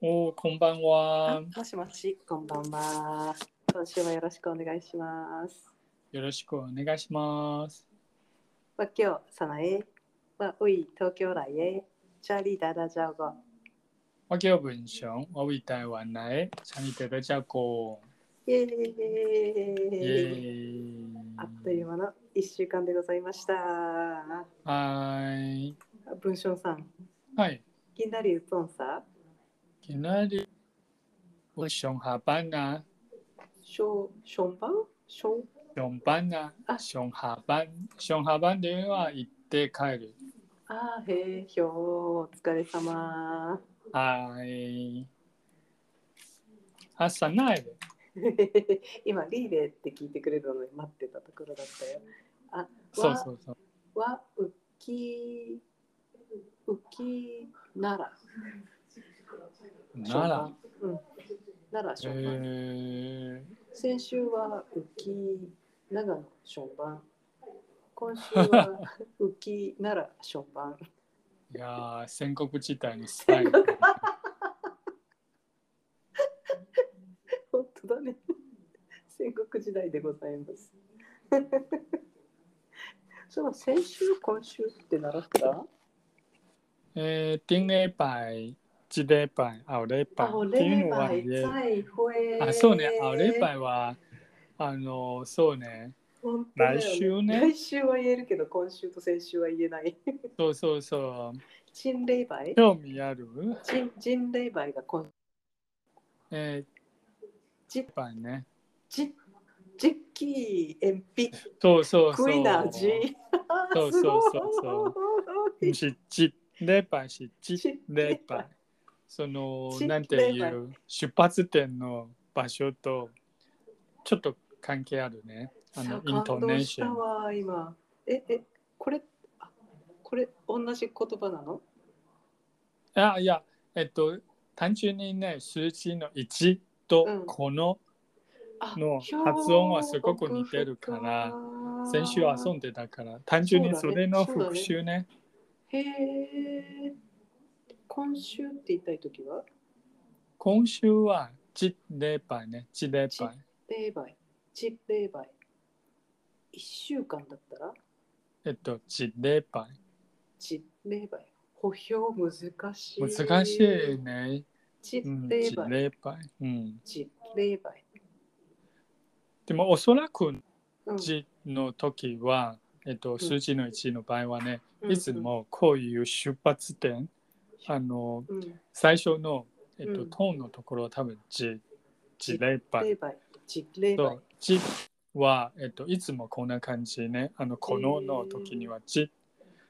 おお、こんばんは。もしもし、こんばんは。今週もよろしくお願いします。よろしくお願いします。わきょうさまえ、わうい東京来へ、チャーリーダダジャオゴ。我叫文雄，我为台湾来，参与台北照顾。イエイーイェあっという間の一週間でございました。はい。文章さん、はい。きなりうぽんさ、今日我上下班啊，しょう、しょんばんしょん上班啊，あ上下班、上下班では行って帰る。あーへーひょー、お疲れ様。 はい。朝ないで。今、リーレって聞いてくれるのに待ってたところだったよ。あ、そうそうそう。は浮き浮きならなら。うんならシえョンバン、ー、先週は浮き長野ションバン今週 は浮きならションバンいやー、戦国時代のスタイル。 本当だね戦国時代でございます その先週今週って習ったえー、顶礼拜、一礼拜、後礼拜おっていうのは礼ね、再会あ、そうね、後礼拜は、あの、そうね、本当だよ来週ね来週は言えるけど、今週と先週は言えない。 そうそうそう、チンレイバイ興味あるチンジンレイバイが今えじー、バイね。ジジッキー、エンピ、そうそうそう。クイナジー。そうそうそうそう すごい。し、一礼拜し、一一礼礼拜拜。その、一なんてい礼う、出発点の場所と、ちょっと関係あるね。あの、イント感ネ動ーしシたョン。わ、今。え、え、これ、あこれ、同じ言葉なのあいや、えっと、単純にね、数字の1とうんこの、あの発音はすごく似てるから、先週遊んでたから、単純にそれのそうだ復ね習ね。で。へえ。今週って言いたいときは今週は、チレパイね、チレチパイ。霊媒、チ霊媒。一週間だったら、えっと、チレパチ霊媒。補強難しい。イ。難しい。ね。チうん、霊チ媒、レパイ。うん。チ霊媒。でも、おそらく、うんチの時は、えっと、数字の1の場合はね、いつ。もこういう出発点、あの、うんうん最初の、えっとうんトーンのところは多分「じ」「じれば霊」媒、チ霊媒と。「じ」は、えっと、いつもこんな感じね。あの、このの時には、じ、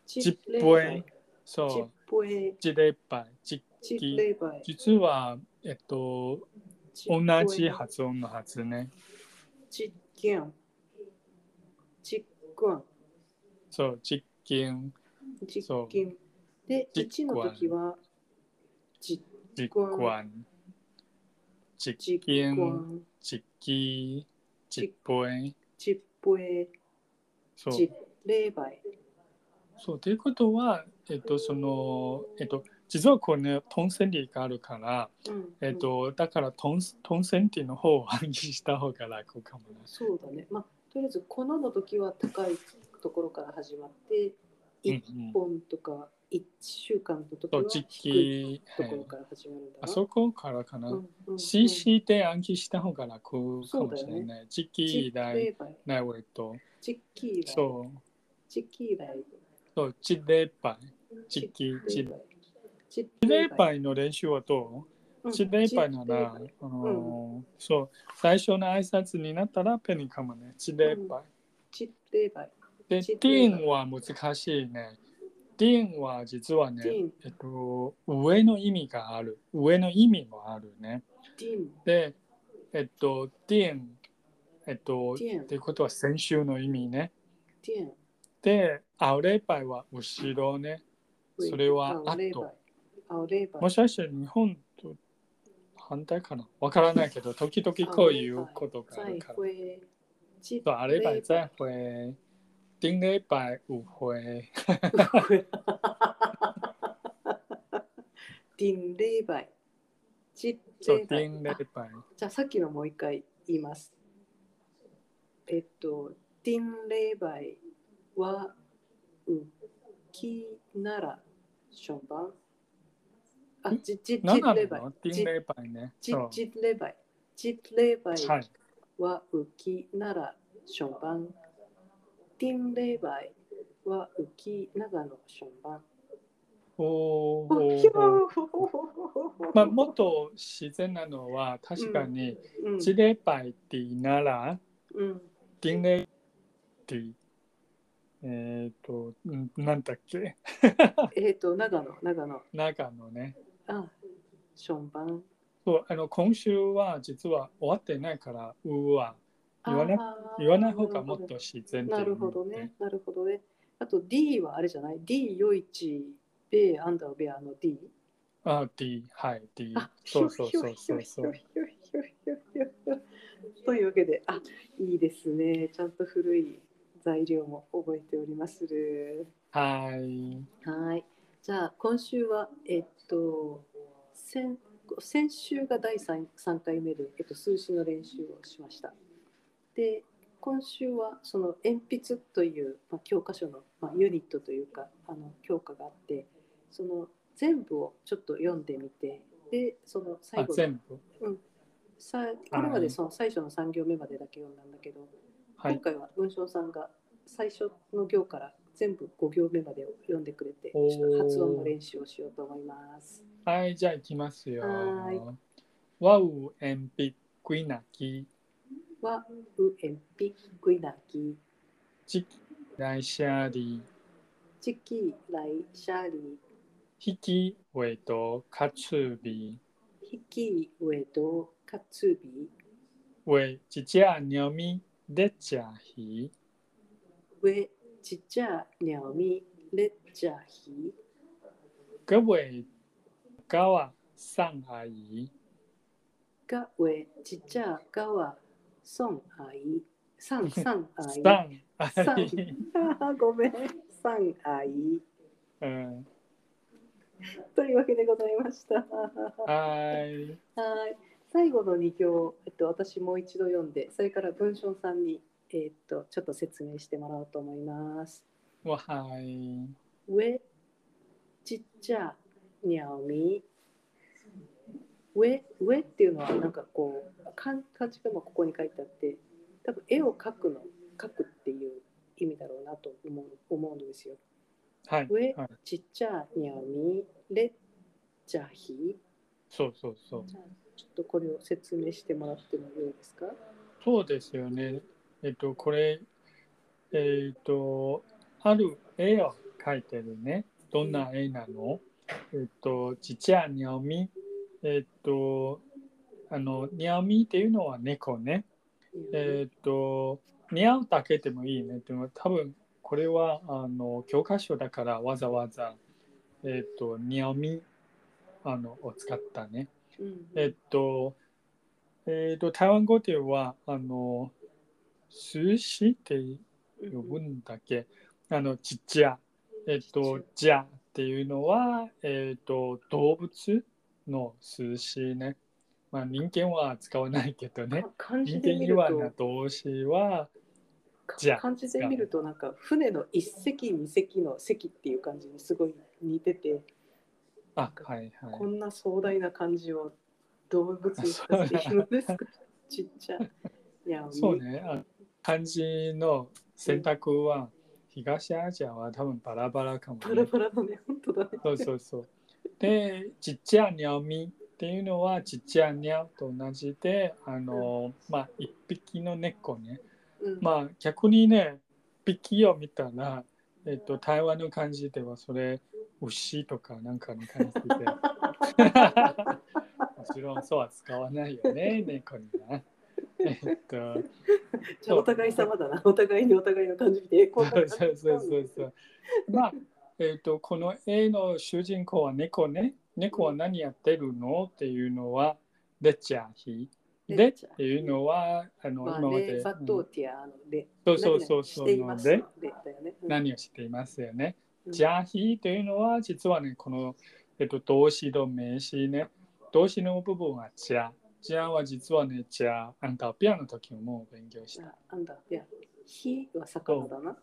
チチップエチそう、ポエ、じれば、じ、チ霊媒。実は、えっと、チ同ッじ発音のはずね。チキン。チクン。そう、実験、チそうキン。で、チッ一の時は、チ実験、実チク験、ン。実験、実験、チポエ、そう。チ霊媒。そう、ということは、えっと、その、えっと、実はこれね、トンセンリーがあるから、うんえっ、と、だからトン、トンセンティの方を暗記した方が楽かもね。そうだね。まあ、とりあえず、このの時は高いところから始まって、一うんうん本とか一週間の時そはう、実低い機、とはころいから始まるんだな。あそこからかうんな。うんうん CC で暗記した方が楽かもしれそうだない。実チ機ッ来、レバイ、来回と、チッキーライ、そう、チッキーライ、そう、チレパイ、実機、チレバイ、チッレイパイの練習はどううんチレパイなチッレらバイ、あのそう、最初の挨拶になったらペニかもね。チレパイ。チッレバイ、で、チッティーンは難しいね。ティーンは実はねティーン、えっと、上の意味がある。上の意味もあるね。ディン、で、えっと、ティーン、えっと、っディンて、いうことは先週の意味ね。ディン、で、アウレイパイは後ろね。それはアオレバイ後。アオレバイもしかして日本と反対かなわからないけど、時々こういうことがあ再るから。会チそう、アウレイパイ再再会。ティーンレイパイ五回。会ディンレバイ、ちそう、っディン・レあイパイ。じゃあさっきのもう一回言います。えっと、ディンレイバイはウキならションバン。あ、ジジジ何なッレイバイの。ディン・レイパイね。ジそう。ジッレイバイ。ジッレイバイ。はい。は浮きならションバン。ティンレイバイは浮き長野ションバン。おーおおーひおーょーまあ、もっと自然なのは、確かに、うんジレパイって言いなら、うんディン・レイっていう、えっ、と、んなんだっけえっと、長野、長野。中のね。あ、ションバン。そう、あの、今週は実は終わってないから、うーわ。言わなあー言わない方がもっと自然っていうなるほどね。。なるほどね。あと D はあれじゃない ?D よいち、ベアンダーベアの D。あ、D、はい、D あ。そうそうそうそうひそょう。ひょひょひょひょひょというわけで、あ、いいですね。ちゃんと古い材料も覚えておりまする。はい。はい。じゃあ今週はえっと先先週が第三三回目でえっと数詞の練習をしました。で今週はその鉛筆という、まあ、教科書の、まあ、ユニットというかあの教科があってその全部をちょっと読んでみてでその最あ、後の全部。さこれまはでいその最初の3行目までだけ読んだんだけど、はい今。回は文章さんが最初の行から全部5行目までを読んでくれてちおーょっと発音の練習をしようと思います。はい、じゃあ行きますよはーい。わうえんぴくいなき、わうえんぴくいなきち来しゃり、ちきらいしゃりひきおえとかつび、ひきうえどかつびえちちゃにょみでちゃひ、うえちっちゃにゃおみれっちゃひかえかわさんあい、がうえちっちゃがわそんあいさんさん あいさんあさんい。ごめんさんあい うんというわけでございました。はい。はい。最後の2行、えっと、私もう一度読んで、それから文章さんに、えっと、ちょっと説明してもらおうと思います。わはい。上、ちっちゃ、にゃおみ。上、上っていうのは、なんかこう、漢漢字がまあここに書いてあって、多分絵を描くの、描くっていう意味だろうなと思う思うんですよ。はい。上はい、ちっちゃ、にゃおみ、れっちゃひ。そうそうそう。じゃあちょっとこれを説明してもらってもよいですか。そうですよね。えっと、これ、えっと、ある絵を描いてるね。どんな絵なのえっと、ちっちゃいにゃおみ。えっと、あの、にゃおみっていうのは猫ね。えっと、にゃうだけでもいいね。でも多分、これは、あの、教科書だからわざわざ、えっと、にゃおみ、あの、を使ったね。うんえっと、えっと、台湾語では、あの、寿司ってうん呼ぶんだっけ、あの、ちっちゃ。えっと、じゃっていうのは、えっと、動物の寿司ね。まあ、人間は使わないけどねあ。漢人字で間見以る外のと、動詞は、かじゃあ漢字で見るとなんか船の一隻二隻の隻っていう感じにすごい似てて、あ、はいはこい。んな壮大な漢字を動物にさせているのですか。ちっちゃいやそうね。あ漢字の選択は、東アジアは多分バラバラかもバねラ。バラだね本当だね。そうそうそう。で、ちっちゃにゃみっていうのはちっちゃにゃと同じで、あの、まあ、一匹の猫ね。うんまあ、逆にね、一匹を見たら、えっと、台湾の漢字ではそれ、牛とかなんかの感 じで。もちろんそうは使わないよね、猫には。えっと、じゃあお互い様だな。お互いにお互いの漢字見て、えこそんうな感じそうそうそうそう。まあ、えっ、と、この絵の主人公は猫ね。猫は何やってるのっていうのは、レッチャーヒ。レっていうのは、あの、まあ今まね、で、バトーティアので、うんそうそうそうそ何々してう。のいますのでで、だよね。うん何をしていますよね。うんジャーヒというのは、実はね、この、えっと、動詞と名詞ね。動詞の部分はじゃ。じゃは実はね、じゃあんたはピアノの時も勉強した。ああんだ、いや、火は魚だな。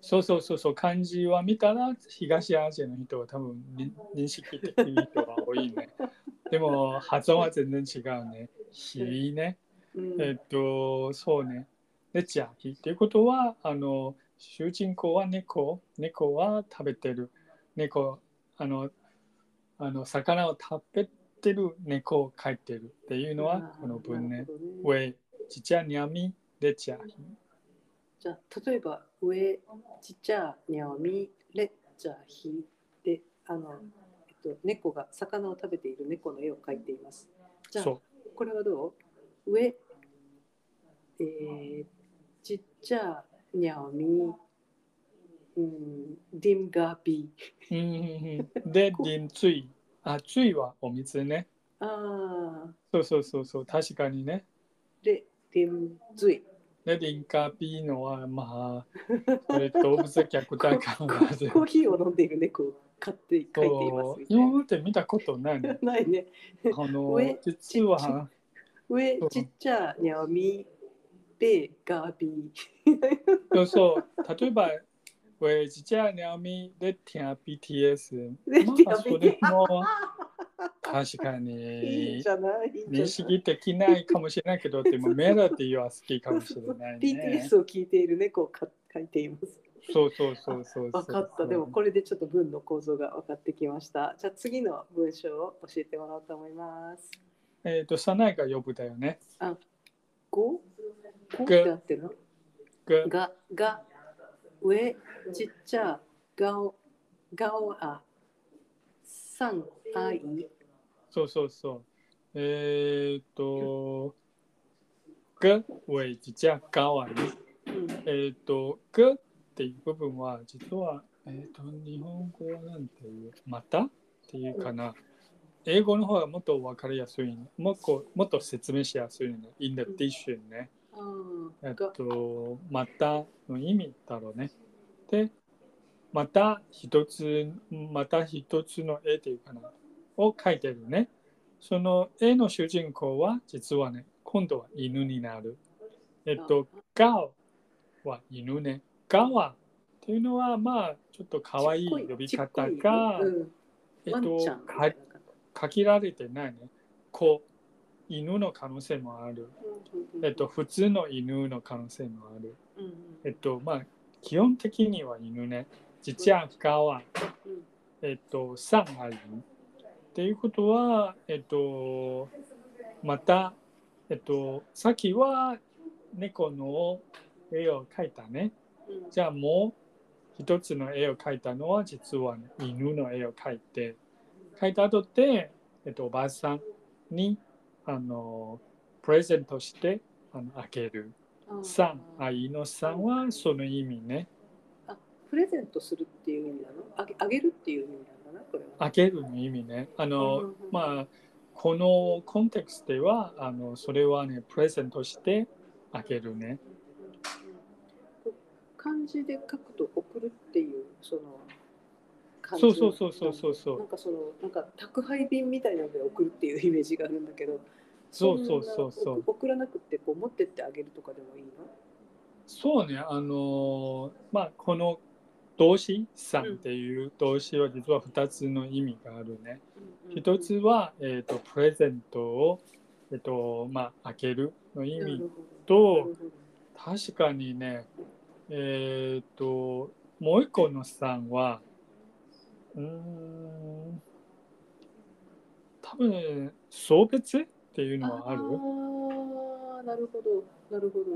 そうそうそうそう、漢字は見たら東アジアの人は多分に認識的に人は多いね。 でも発音は全然違うね。ひね。うん、えっと、そうね。で、じゃあ、ひっていうことは、あの、主人公は猫、猫は食べてる。猫、あの、あの魚を食べてる猫を描いてるっていうのは、この文なねる。ほどね喂、ちちゃにゃみ、でちゃひ。じゃあ例えば上ちっちゃにゃおみれじゃひであの、えっと、猫が魚を食べている猫の絵を描いています。じゃあそう。これはどう上、えー、ちっちゃにゃおみうんディンガービうーんうんうんで、 こりんつい。あ、ついはお水ね。あーそうそうそうそう、確かにね。でディンズイで、りんかぴーのは、 まあ、それ動物虐待感コがあーヒる ー。コーヒーを飲んでいる猫を飼って描いていまそすうみたい今な。。まで見たことないね ないね。あの 上実は上ちっちゃにゃみでガービーそうそう例えば「喂ちっちゃいにゃみでてん BTS」でまあそれも確かいいんにじゃないいいん認じゃない識できないかもしれないけどでもメロディーは好きかもしれないね。 BTS を聞いている猫をか描いています。そうそうそうそうそう。分かった。でもこれでちょっと文の構造が分かってきました。じゃあ次の文章を教えてもらおうと思います。えっ、とさないが呼ぶだよね。五五って合ってるの？ががが上ちっちゃがおがおあさんあいそうそうそう。えっ、とが喂ちっちゃいがわね。うんえっ、と、ぐっていう部分は、実は、えっ、と、日本語はなんていう、またっていうかな。英語の方がもっと分かりやすいね、もっともっと説明しやすいね。in the dish ね。あえっーがと、またの意味だろうね。で、また一つ、また一つの絵っていうかな、を描いてるね。その絵の主人公は、実はね、今度は犬になる。えっと、ガオは犬ね。ガワっていうのは、まあ、ちょっと可愛い呼びちっこ方いが、うんえっワンとちゃん、か限られてないね。子、犬の可能性もある。えっと、、普通の犬の可能性もある。うんうんえっと、まあ、基本的には犬ね。ちっちゃい赤は、うんえっと、3が犬。っていうことは、えっと、また、えっと、さっきは猫の絵を描いたね。うんじゃあもう一つの絵を描いたのは実は犬の絵を描いて描いた後で、えっと、おばあさんにあのプレゼントしてあのあげる。あーさん愛のさんはその意味ね。あプレゼントするっていう意味なのあげあげるっていう意味なのかなこれはあげるの意味ね。あうんうんのうんまあこのコンテクストではあのそれはねプレゼントしてあげるね。漢字で書くと送るっていうその感そうそうそうそうそうそうなんかそのなんか宅配便みたいなので送るっていうイメージがあるんだけどそうそうなそうそう送送らなくてこう持ってってあげるとかでもいいのそうね、あのーまあこの動詞「さん」っていう動詞は実は2つの意味があるね。1つは、えー、とプレゼントを、えーとまあ、開けるの意味と確かにねえっ、ともう一個の「さんは」うーん多分送別っていうのはあるあーなるほどなるほど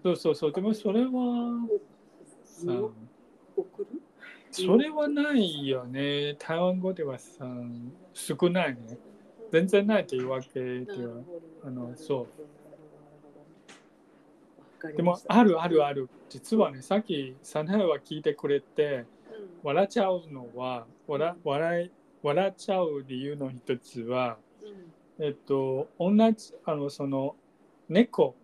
そうそうそうでもそれは「さん」送るそれはないよね。台湾語ではさ、少ないね。全然ないっていうわけでなるは。ほどあのそうわかりましたでも、あるあるある。実はね、さっき、サナエは聞いてくれて、う笑っちゃうのは、笑笑い笑っちゃう理由の一つは、んうんえっと、同じ、あの、その、猫、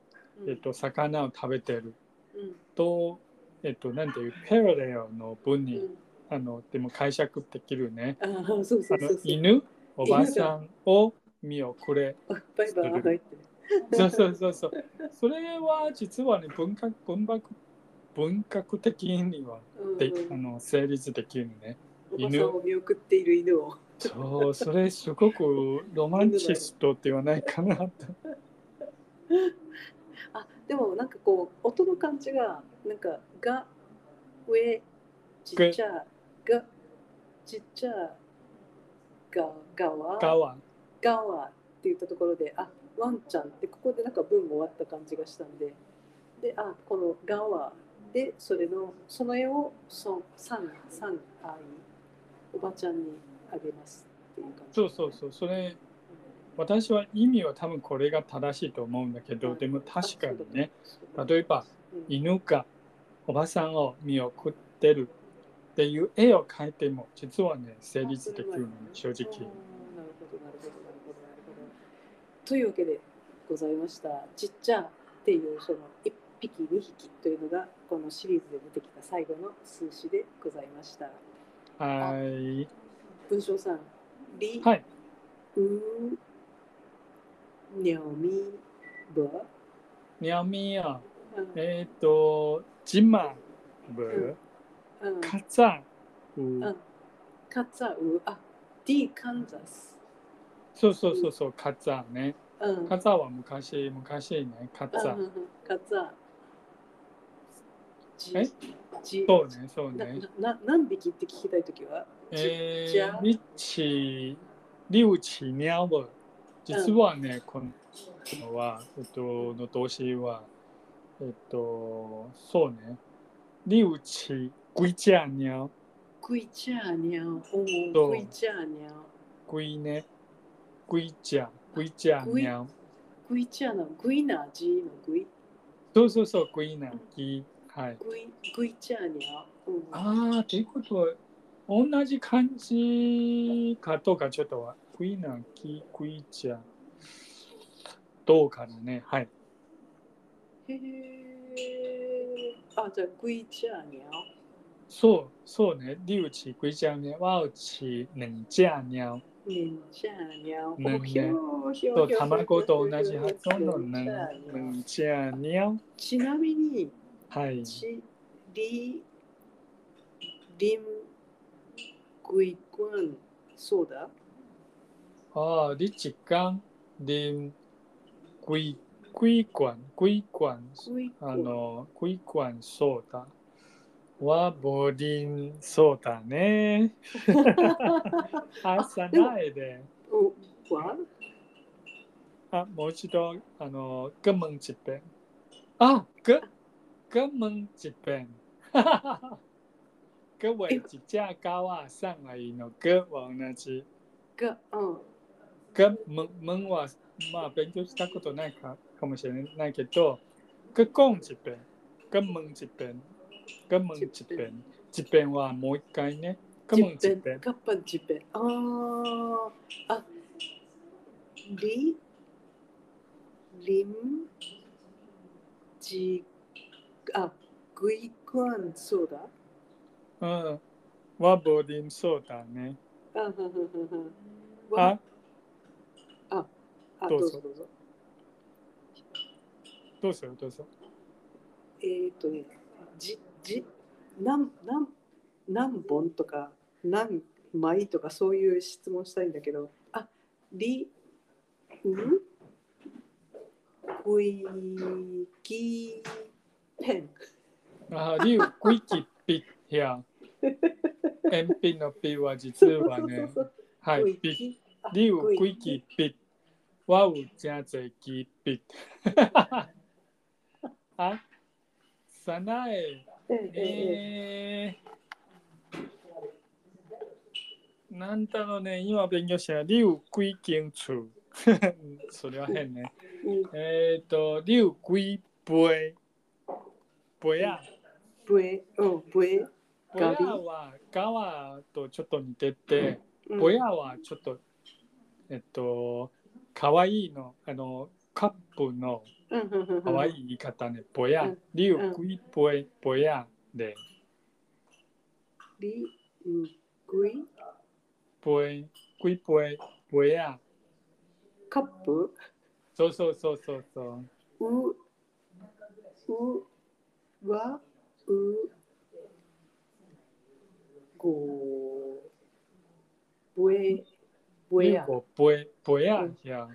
えっと、魚を食べてるうんと、えっと、なんていう、パラレルの文うに、んあの、でも解釈できるね。あーそうそうそうあそのう犬、おばさんを見よこれあバイバイは入ってる。そうそうそうそうそれは実はね文化文学文学的にはうんであの成立できるねおばさんを見送っている犬を。そうそれすごくロマンチストではないかなとあでもなんかこう音の感じがなんかが上ちっちゃがちっちゃががわかわがわって言ったところであワンちゃんってここでなんか文も終わった感じがしたんでであこのがわでそれのその絵をそさんさんあいおばちゃんにあげますっていう感じ。そうそうそうそれ私は意味は多分これが正しいと思うんだけどでも確かにね例えば、うん犬がおばさんを見送ってるっていう絵を描いても実はね成立できるの正直あーなるほどなるほどなるほどなるほど。というわけでございました。ちっちゃっていうその一匹二匹というのがこのシリーズで出てきた最後の数詞でございました。はい文章さん、り、、はいうにゃおみ、ば、にゃみやうんえっ、とジマブうんカツァウうんかつあう、あ、りかんざす。そうそうそうそうカツァねうんカツァは昔昔ねカツうんうァんうんかつあ。じえじそうねそうなねなな何匹って聞きたいときはえちっちゃー、みちりうちにゃぶ実はねこのはえっとの動詞はえっとそうねりうちぐいちゃにゃクイチャーニャそオうクイチャーニャオぐいねぐいちゃぐいちゃにゃクイチャーのグイナジーのグイそうそうそうぐいなぎはいグイグイチャーニャオ、うん、ああ、ということは、同じ漢字かどうかちょっとは、クイナキクイチャ、どうかだね。はい。へえあじゃあグイチャーニャオそう、そうね。リュウチクイチャね、ワウチネンジャニャオ。ねんちゃーにゃおなんでひょひそょう、ひょ卵と同じ発音のひねょひょひょひょネンジャニャオ。ちなみにはい。ちりりんグイグンそうだああ、リチガン、リン、クイ、クイクワン、クイクワン。グイグンあの、クイクワンソーダはボリンソーダね。朝ないで。おわあ、もう一度、あの、ガムンチペン。あ、ガ、ガムンチペン。各位自家高啊，上来の歌は同じ。がうんが、む、むは、まあ勉強したことないか、かもしれないけど、がこんちぺん、がむんちぺん、がむんちぺん、ちぺんはもう一回ね、がむんちぺん、カッパンチペン。あーあ。り。りん。じ。あ。グイクアンソー ダ。うん、はボリンそうだね。あははははあは。、あ。あ、どどううぞぞどうぞ。どうぞどうぞ。えっ、ー、とね。じ。じ。なん、なん。何本とか。何枚とか、そういう質問したいんだけど。あ。り。ん。クイキペン。あ、リュウ、クイキピッや。鉛筆のピは実はね、はクい、イピッ。キあリュウ、ククイイキキピッ。ワウ、ジャゼキピッ。 あ、サナエ。えええええー、なんだろうね、今勉強したリュウグイキンチュ。 それは変ね。うんえっ、ー、と、リュウグイボイ。ボヤ。ブエうんブエボヤガビはガワとちょっと似てて、うんボヤはちょっと、えっと、かわいいの、あの、カップのうんうんうんうんかわいい言い方ね、ボヤうん。リュウグイボイ、ボヤで、リうんグイボイ、グイボイ、ボヤ。カップそうそうそうそうそうううわうごぼえぼえやぼぼえぼやうんいや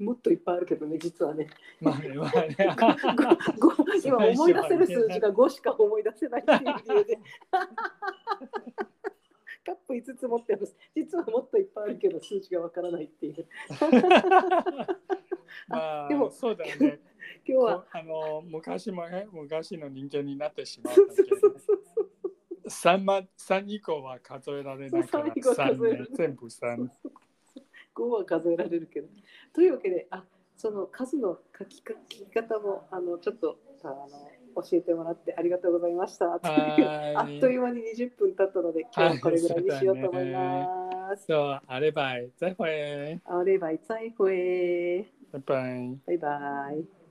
もっといっぱいあるけどね実 はねまあねま あねごご今思い出せる数字が5しか思い出せないっていう理由でカップ5つ持ってます実はもっといっぱいあるけど数字がわからないっていうまあでもそうだよね今日はこうあの昔もね昔の人間になってしまうそうそうけそどうそう三万三以降は数えられないからそう三以三降数えられなねい全部三5は数えられるけど。というわけで、あその数の書きか聞き方もあのちょっとあの教えてもらってありがとうござい ま啊した。というあはっいという間に20分経ったので、今日はこれぐらいにしようと思います。そうあればい再会あればい、再会。バイバイバイバイ。